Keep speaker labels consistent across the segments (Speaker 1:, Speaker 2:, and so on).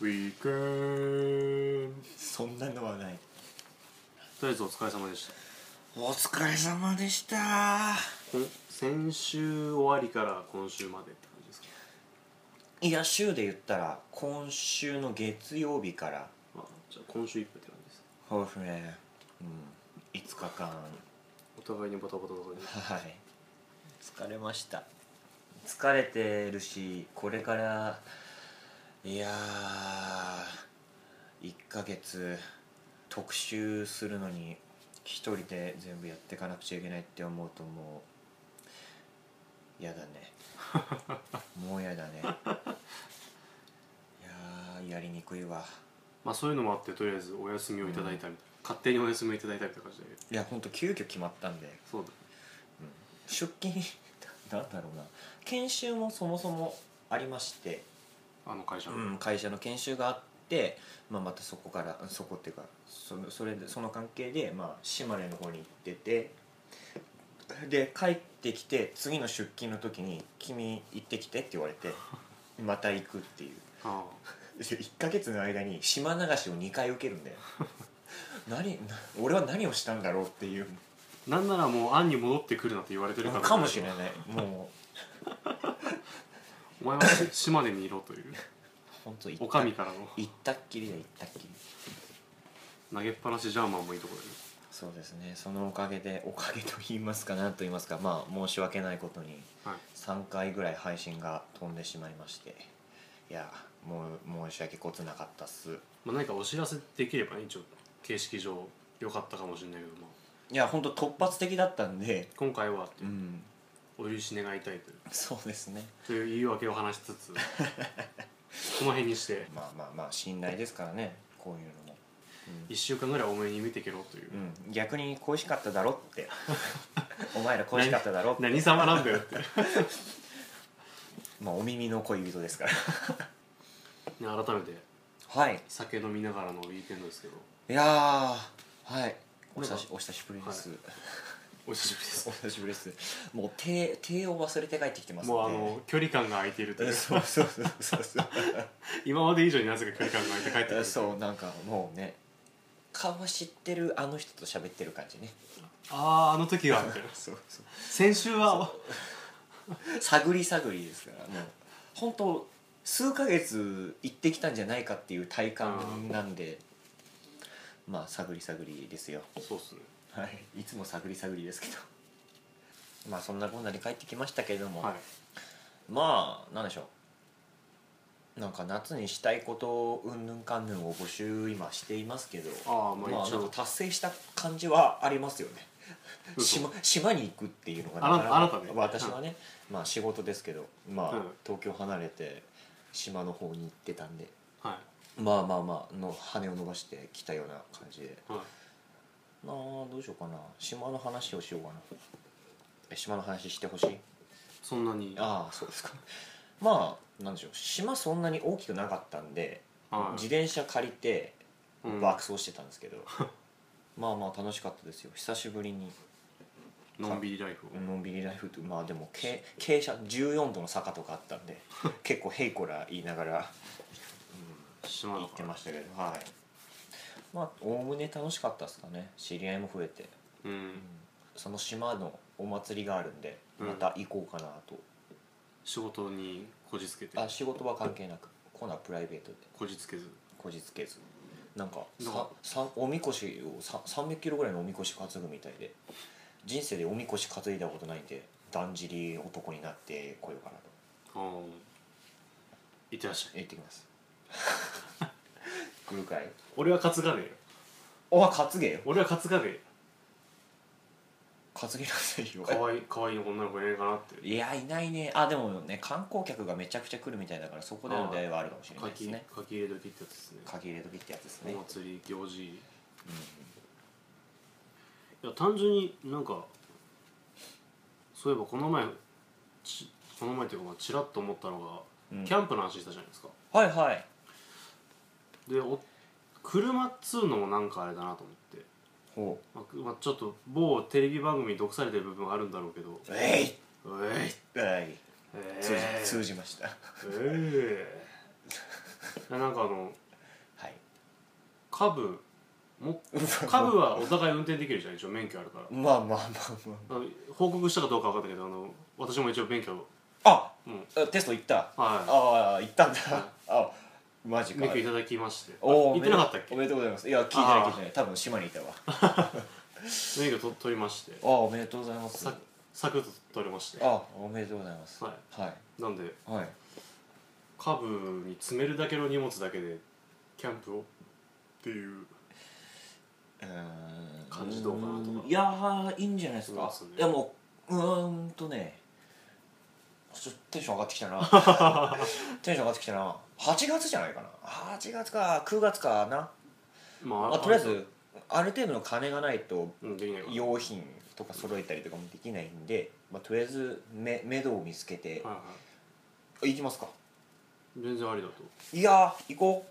Speaker 1: ウィークエンド
Speaker 2: そんなのはない
Speaker 1: とりあえずお疲れ様でした
Speaker 2: お疲れ様でした
Speaker 1: こん先週終わりから今週までって感じですか
Speaker 2: いや週で言ったら今週の月曜日から
Speaker 1: あじゃあ今週いっぱいって感じです
Speaker 2: そうですねうん5日間
Speaker 1: お互いにバタバタとかで
Speaker 2: はい疲れました疲れてるしこれからいやー1ヶ月特集するのに一人で全部やっていかなくちゃいけないって思うともうやだね もうやだねいやーやりにくいわ
Speaker 1: まあそういうのもあってとりあえずお休みをいただいたみたいな、勝手にお休みをいただいたみたいな感じだけど
Speaker 2: いやほんと急遽決まったんで
Speaker 1: そうだ
Speaker 2: 出勤 なんだろうな研修もそもそもありまして
Speaker 1: あの会社の、
Speaker 2: うん、会社の研修があって、まあ、またそこからそこっていうかそのそれでその関係で、まあ、島根の方に行っててで帰ってきて次の出勤の時に「君行ってきて」って言われてまた行くっていう
Speaker 1: あ
Speaker 2: 1ヶ月の間に島流しを2回受けるんだよ何な俺は何をしたんだろうっていう
Speaker 1: あなんならもう案に戻ってくるなって言われてるから
Speaker 2: かもしれないも
Speaker 1: お前はし島根にいろという
Speaker 2: う本当
Speaker 1: お上からの
Speaker 2: 行ったっきりだ行ったっきり
Speaker 1: 投げっぱなしジャーマンもいいとこだね
Speaker 2: そうですねそのおかげでおかげと言いますか何と言いますかまあ申し訳ないことに
Speaker 1: はい
Speaker 2: 3回ぐらい配信が飛んでしまいましていやもう申し訳こつなかったっす
Speaker 1: まあ、何かお知らせできればね一応形式上良かったかもしれないけど、まあ、
Speaker 2: いや本当突発的だったんで
Speaker 1: 今回は
Speaker 2: うん
Speaker 1: お許し願いたいという
Speaker 2: そうですね
Speaker 1: という言い訳を話しつ つこの辺にして
Speaker 2: まあまあまあ信頼ですからねこういうのも、
Speaker 1: 1週間ぐらい多めに見てけろという
Speaker 2: う、んうん、逆に恋しかっただろって お前ら恋しかっただろって
Speaker 1: 何様なんだよってね
Speaker 2: まあお耳の恋人ですから
Speaker 1: 改めて
Speaker 2: はい
Speaker 1: 酒飲みながらのウィークエンドですけど
Speaker 2: いやーはいお久しお久しぶりです、
Speaker 1: はお久しぶりです
Speaker 2: お久しぶりですもう手手を忘れて帰ってきてますんで
Speaker 1: もうあの距離感が空いているという
Speaker 2: そうそうそうそうそう
Speaker 1: 今まで以上になぜか距離感が空いて帰ってくるとい
Speaker 2: え
Speaker 1: う
Speaker 2: そうなんかもうね顔知ってるあの人と喋ってる感じね
Speaker 1: あああの時はみたいな
Speaker 2: そうそう
Speaker 1: 先週は
Speaker 2: 探り探りですからもう本当数ヶ月行ってきたんじゃないかっていう体感なんでまあ探り探りですよ
Speaker 1: そうっすね
Speaker 2: はいいつも探り探りですけどまあそんなこんなに帰ってきましたけれども、
Speaker 1: はい
Speaker 2: まあなんでしょうなんか夏にしたいことをうんぬんかんぬんを募集今していますけど
Speaker 1: ああまあ
Speaker 2: まあ
Speaker 1: 一
Speaker 2: なん
Speaker 1: 応
Speaker 2: か達成した感じはありますよね
Speaker 1: 嘘
Speaker 2: 島島に行くっていうのが
Speaker 1: あな
Speaker 2: かか
Speaker 1: あなたね
Speaker 2: 私はね、まあ仕事ですけどまあ、
Speaker 1: うん
Speaker 2: 東京離れて島の方に行ってたんで
Speaker 1: は
Speaker 2: まあまあまあの羽を伸ばしてきたような感じで
Speaker 1: い、はい、
Speaker 2: なあどうしようかな島の話をしようかなえ島の話してほしい
Speaker 1: そんなに
Speaker 2: ああそうですかまあなんでしょう島そんなに大きくなかったんで、
Speaker 1: はい
Speaker 2: 自転車借りて
Speaker 1: うん
Speaker 2: 爆走してたんですけど、 まあまあ楽しかったですよ久しぶりに
Speaker 1: のんびりライフを、
Speaker 2: のんびりライフとまあでもけ傾斜14度の坂とかあっ たんで結構へいこら言いながら
Speaker 1: 島
Speaker 2: 行
Speaker 1: だ
Speaker 2: っ
Speaker 1: か
Speaker 2: て
Speaker 1: ら
Speaker 2: ましたけどはいまあおおむね楽しかったですかね知り合いも増えて
Speaker 1: うん
Speaker 2: その島のお祭りがあるんで
Speaker 1: うん
Speaker 2: また行こうかなと、
Speaker 1: 仕事にこじつけて
Speaker 2: あ仕事は関係なくこんなプライベートで
Speaker 1: こじつけず
Speaker 2: こじつけずなんか
Speaker 1: なんか
Speaker 2: ささおみこしをさ300キロぐらいのおみこし担ぐみたいで人生でおみこし担いだことないんでだんじり男になってこようかな
Speaker 1: あ
Speaker 2: と
Speaker 1: あいってらっしゃい
Speaker 2: 行ってきます 来るかい
Speaker 1: 俺は担がねえよ
Speaker 2: おは担げよ
Speaker 1: 俺は担がね
Speaker 2: 担げなさいよ
Speaker 1: えかわいいかわいい女の子いないかなって
Speaker 2: いやいないねあでもね観光客がめちゃくちゃ来るみたいだからそこでの出会いはあるかもしれない
Speaker 1: 書
Speaker 2: です
Speaker 1: き
Speaker 2: ね
Speaker 1: 書き入れ時ってやつですね
Speaker 2: 書き入れ時ってやつですね
Speaker 1: お祭り行事いや単純になんかそういえばこの前ちこの前っていうかまあちらっと思ったのが、
Speaker 2: うん
Speaker 1: キャンプの話したじゃないですか
Speaker 2: はいはい
Speaker 1: でお車っつうのもなんかあれだなと思って
Speaker 2: ほお
Speaker 1: ま
Speaker 2: う
Speaker 1: あまあ、ちょっと某テレビ番組に毒されてる部分はあるんだろうけど
Speaker 2: えい
Speaker 1: えい
Speaker 2: はい
Speaker 1: え
Speaker 2: 通じ
Speaker 1: ー
Speaker 2: 通じました
Speaker 1: ええなんかあの
Speaker 2: はい
Speaker 1: カブもカブはお互い運転できるじゃん一応免許あるから
Speaker 2: まあまあまあま
Speaker 1: あの報告したかどうか分かんないけどあの私も一応免許を
Speaker 2: あ
Speaker 1: うん
Speaker 2: あテスト行った
Speaker 1: は
Speaker 2: ああ行ったんだあマジ
Speaker 1: い
Speaker 2: か
Speaker 1: 免許いただきましてあ
Speaker 2: お
Speaker 1: 言ってなかったっけ
Speaker 2: おめでとうございますいや聞いてない聞いてない多分島にいたわあ
Speaker 1: 免許と取りまして
Speaker 2: あおめでとうございます
Speaker 1: さサクッと取れまして
Speaker 2: あおめでとうございます
Speaker 1: は
Speaker 2: はい
Speaker 1: いなんで
Speaker 2: はい
Speaker 1: カブに詰めるだけの荷物だけでキャンプをっていう
Speaker 2: うーん
Speaker 1: 感じどうかなとか
Speaker 2: いやーいいんじゃないですか
Speaker 1: そうですね
Speaker 2: いやもううーんとねちょっとテンション上がってきたな テンション上がってきたな8月じゃないかな8月か9月かな
Speaker 1: ま
Speaker 2: まあ、とりあえずある程度の金がないと
Speaker 1: うんできないから
Speaker 2: 用品とか揃えたりとかもできないんで、まあ、とりあえずめ目処を見つけて
Speaker 1: はいは
Speaker 2: 行きますか
Speaker 1: い全然ありだと
Speaker 2: いやー行こ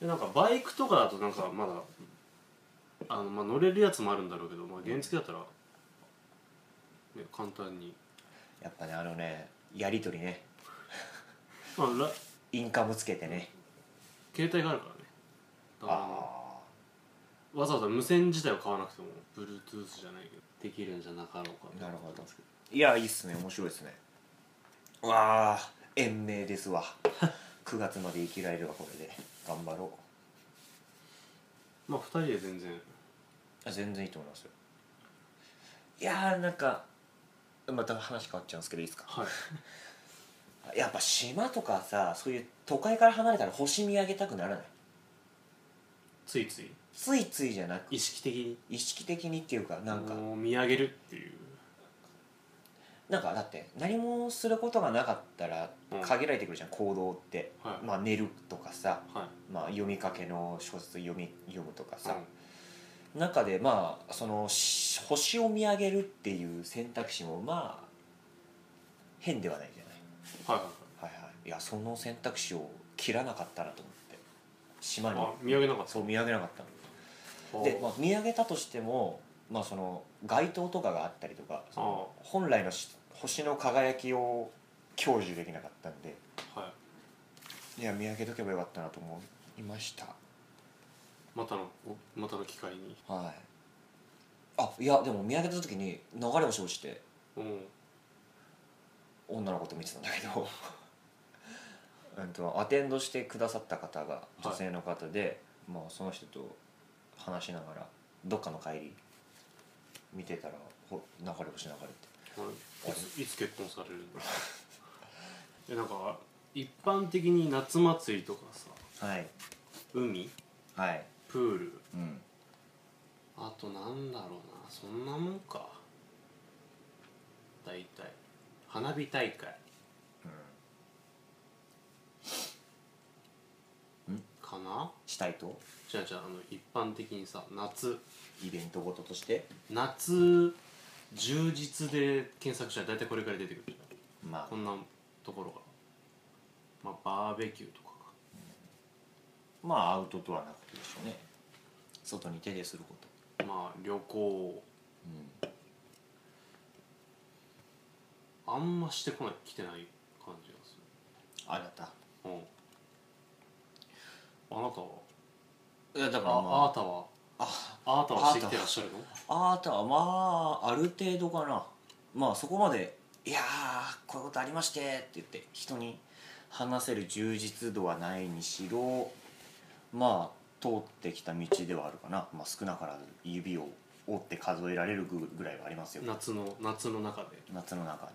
Speaker 1: でなんかバイクとかだとなんかまだあの、まあ、乗れるやつもあるんだろうけど、まあ、原付だったら、ね、簡単に、
Speaker 2: うやっぱねあのねやり取りね
Speaker 1: まあ、ら
Speaker 2: インカムつけてね
Speaker 1: 携帯があるからねだから
Speaker 2: あ
Speaker 1: わざわざ無線自体を買わなくても Bluetooth じゃないけどできるんじゃなかろうか
Speaker 2: なるほどいやいいっすね面白いっすねうわあ延命で すわ9月まで生きられるわこれで頑張ろう
Speaker 1: まあ2人で全然
Speaker 2: あ全然いいと思いますよいやーなんかまた話変わっちゃうんですけどいいですか
Speaker 1: はい
Speaker 2: やっぱ島とかさそういう都会から離れたら星見上げたくならない
Speaker 1: ついつい
Speaker 2: ついついじゃなく
Speaker 1: 意識的に
Speaker 2: 意識的にっていうかなんか、
Speaker 1: もう見上げるっていう
Speaker 2: なんかだって何もすることがなかったら
Speaker 1: うん
Speaker 2: 限られてくるじゃん、行動って、
Speaker 1: はい
Speaker 2: まあ寝るとかさ、
Speaker 1: はい
Speaker 2: まあ、読みかけの小説読み読むとかさ、
Speaker 1: う
Speaker 2: 中でまあそのし星を見上げるっていう選択肢もまあ変ではないじゃな
Speaker 1: ん
Speaker 2: い
Speaker 1: はいはいはい
Speaker 2: はいはいいやその選択肢を切らなかったなと思って島に
Speaker 1: あ見上げなかった
Speaker 2: そう見上げなかったの
Speaker 1: あ
Speaker 2: で、まあ、見上げたとしても、まあ、その街灯とかがあったりとかその本来のし星の輝きを享受できなかったんで
Speaker 1: はい
Speaker 2: いや見上げとけばよかったなと思いました
Speaker 1: またのおまたの機会に
Speaker 2: はいあいやでも見上げた時に流れ星落ちて
Speaker 1: うん
Speaker 2: 女の子と見てたんだけど うんとアテンドしてくださった方が
Speaker 1: い
Speaker 2: 女性の方で、まあ、その人と話しながらどっかの帰り見てたらほ流れ星流れて
Speaker 1: いついつ結婚されるんですか えなんか一般的に夏祭りとかさ
Speaker 2: はい
Speaker 1: 海
Speaker 2: はい
Speaker 1: プール
Speaker 2: うん
Speaker 1: あとなんだろうなそんなもんか大体花火大会かな
Speaker 2: したいと
Speaker 1: じゃあじゃああの一般的にさ夏
Speaker 2: イベントごととして
Speaker 1: 夏充実で検索したら大体これからい出てくるじゃん
Speaker 2: ま
Speaker 1: こんなところがまあバーベキューとかか
Speaker 2: あまあアウトドアなことでしょうね外に手ですること
Speaker 1: まあ旅行、あんましてこない来てない感じがす
Speaker 2: あなた
Speaker 1: るうんあなたはい
Speaker 2: やだ
Speaker 1: あ,、
Speaker 2: からま
Speaker 1: あなたは
Speaker 2: あ
Speaker 1: あなたはしてきてらっしゃるの
Speaker 2: ああとはまあある程度かなまあそこまで「いやーこういうことありまして」って言って人に話せる充実度はないにしろまあ通ってきた道ではあるかな、まあ、少なからず指を折って数えられるぐぐらいはありますよ
Speaker 1: 夏の夏の中で
Speaker 2: 夏の中で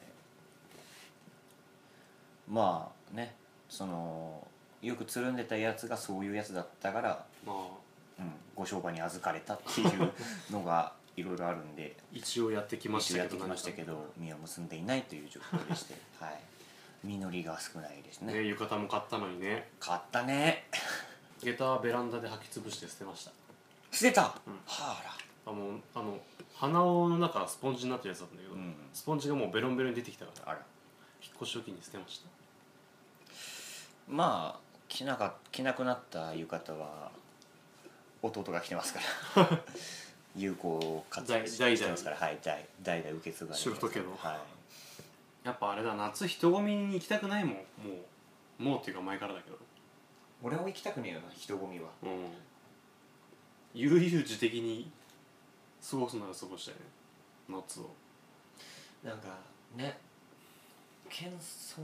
Speaker 2: まあねそのよくつるんでたやつがそういうやつだったから、
Speaker 1: まあ
Speaker 2: うん、ご商売に預かれたっていうの がいろいろあるんで
Speaker 1: 一応やってきまし
Speaker 2: 一応
Speaker 1: た
Speaker 2: やっ
Speaker 1: け
Speaker 2: て
Speaker 1: ど
Speaker 2: きましたけど実を結んでいないという状況でして はい実りが少ないです
Speaker 1: 何
Speaker 2: ね
Speaker 1: かね浴衣も買ったのにね
Speaker 2: 買ったね
Speaker 1: 下駄はベランダで履き潰して捨てました
Speaker 2: 捨てた、
Speaker 1: うん
Speaker 2: はあ
Speaker 1: あのあの鼻緒の中はスポンジになってるやつだったんだけど、
Speaker 2: うん
Speaker 1: スポンジがもうベロンベロンに出てきたから
Speaker 2: らあら
Speaker 1: 引っ越し時に捨てました
Speaker 2: まあ着なか着なくなった浴衣は弟が来てますから有効活用
Speaker 1: 代
Speaker 2: してますからはい代代々受け継がれ
Speaker 1: シ
Speaker 2: てます
Speaker 1: ュート系の
Speaker 2: はい
Speaker 1: やっぱあれだ夏人混みに行きたくないもんもうもうっていうか前からだけど
Speaker 2: 俺も行きたくねえよな人混みは
Speaker 1: うん悠々自適に過ごすなら過ごしたいね夏を
Speaker 2: なんかね謙遜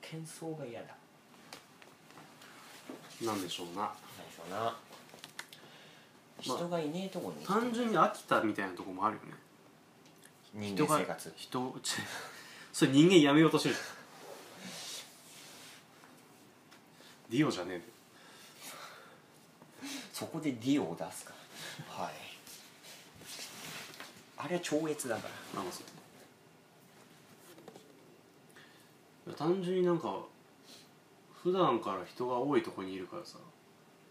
Speaker 2: 喧騒が嫌だ
Speaker 1: なんでしょうな
Speaker 2: なんでしょうな人がいねえとこに生きて
Speaker 1: 単純に飽きたみたいなとこもあるよね
Speaker 2: 人間生活
Speaker 1: 人それ人間やめようとしてるじゃんディオじゃねえで
Speaker 2: そこでディオを出すからはいあれは超越だから
Speaker 1: なんかそういや単純になんか普段から人が多いとこにいるからさ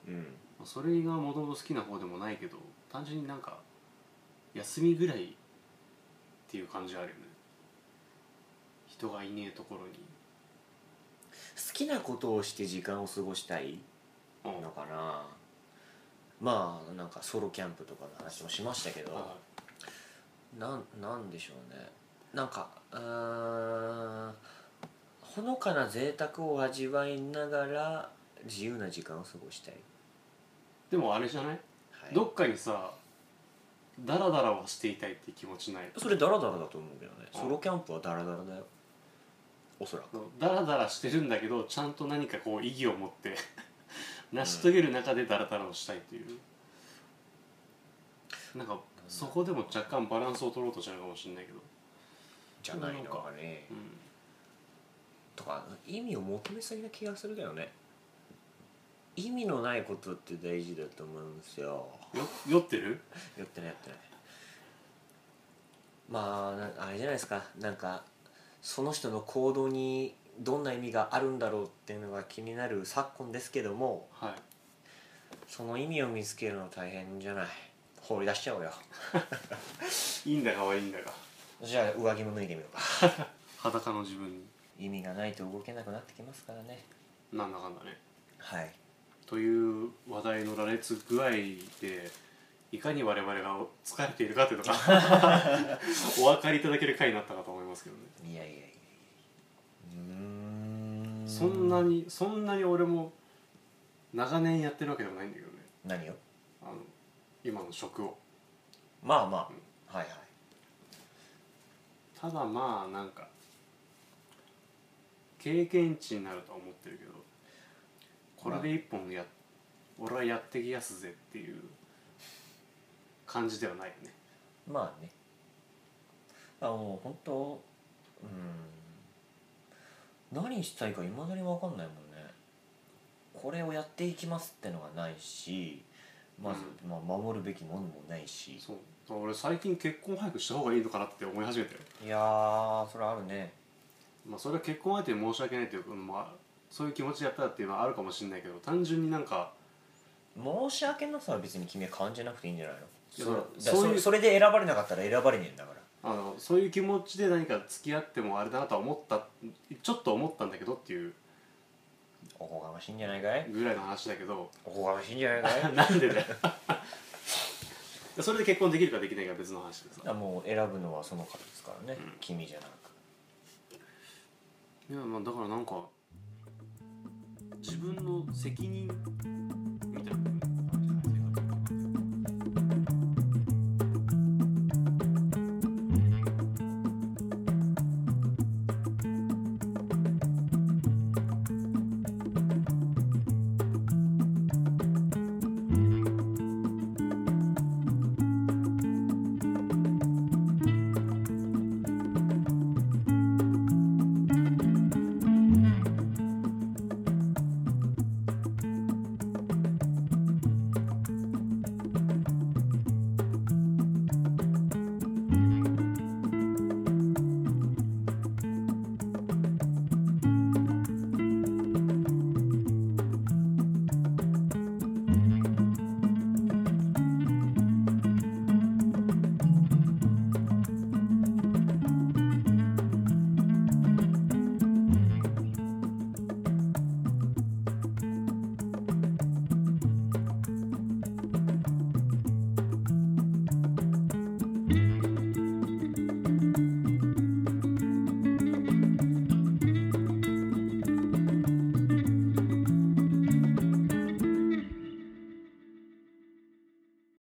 Speaker 2: うん
Speaker 1: まあそれがもともと好きな方でもないけど単純になんか休みぐらいっていう感じあるよね人がいねえところに
Speaker 2: 好きなことをして時間を過ごしたい
Speaker 1: うん
Speaker 2: のかなまあなんかソロキャンプとかの話もしましたけど、
Speaker 1: は
Speaker 2: なんなんでしょうねなんかうーんほのかな贅沢を味わいながら自由な時間を過ごしたい、
Speaker 1: いでもあれじゃない、
Speaker 2: はい、
Speaker 1: どっかにさダラダラはしていたいって気持ちない
Speaker 2: それダラダラだと思うけどね
Speaker 1: うん
Speaker 2: ソロキャンプはダラダラだよおそらく
Speaker 1: ダラダラしてるんだけどちゃんと何かこう意義を持って成し遂げる中でダラダラをしたいという、なんかそこでも若干バランスを取ろうとしちゃうかもしれないけど、
Speaker 2: じゃないのかね
Speaker 1: うん、
Speaker 2: とか意味を求めすぎな気がするけどね意味のないことって大事だと思うんですよ
Speaker 1: よ酔ってる
Speaker 2: やってないやってないまあなあれじゃないですかなんかその人の行動にどんな意味があるんだろうっていうのが気になる昨今ですけども
Speaker 1: はい
Speaker 2: その意味を見つけるの大変じゃない放り出しちゃおうよ
Speaker 1: いいんだか悪いんだか
Speaker 2: じゃあ上着も脱いでみようか
Speaker 1: 裸の自分に
Speaker 2: 意味がないと動けなくなってきますからね
Speaker 1: なんだかんだね
Speaker 2: はい
Speaker 1: という話題の羅列具合でいかに我々が疲れているかというのが お分かりいただける回になったかと思いますけどね
Speaker 2: いやいやいやいやうーん
Speaker 1: そんなにそんなに俺も長年やってるわけでもないんだけどね
Speaker 2: 何を
Speaker 1: あの今の職を
Speaker 2: まあまあはいはい
Speaker 1: ただまあなんか経験値になるとは思ってるけどこれで一本や俺はやってきやすぜっていう感じではないよね
Speaker 2: まあねあもう本当うん何したいかいまだに分かんないもんねこれをやっていきますってのがないしまず、まあ、守るべきものもないし
Speaker 1: そうだから俺最近結婚早くした方がいいのかなって思い始めたよ
Speaker 2: いやーそれあるね
Speaker 1: まあそれは結婚相手に申し訳ないというか、まあ、そういう気持ちでやったっていうのはあるかもしれないけど単純になんか
Speaker 2: 申し訳なさは別に君は感じなくていいんじゃないの
Speaker 1: いや
Speaker 2: そ
Speaker 1: そういう
Speaker 2: そそれで選ばれなかったら選ばれねえんだから
Speaker 1: あのそういう気持ちで何か付き合ってもあれだなとは思ったちょっと思ったんだけどっていう
Speaker 2: おこがましいんじゃないかい
Speaker 1: ぐらいの話だけど
Speaker 2: おこがましいんじゃ ないか い
Speaker 1: なんでだよそれで結婚できるかできないかは別の話でさ
Speaker 2: あもう選ぶのはその方ですからね、君じゃなく
Speaker 1: いやまあだからなんか自分の責任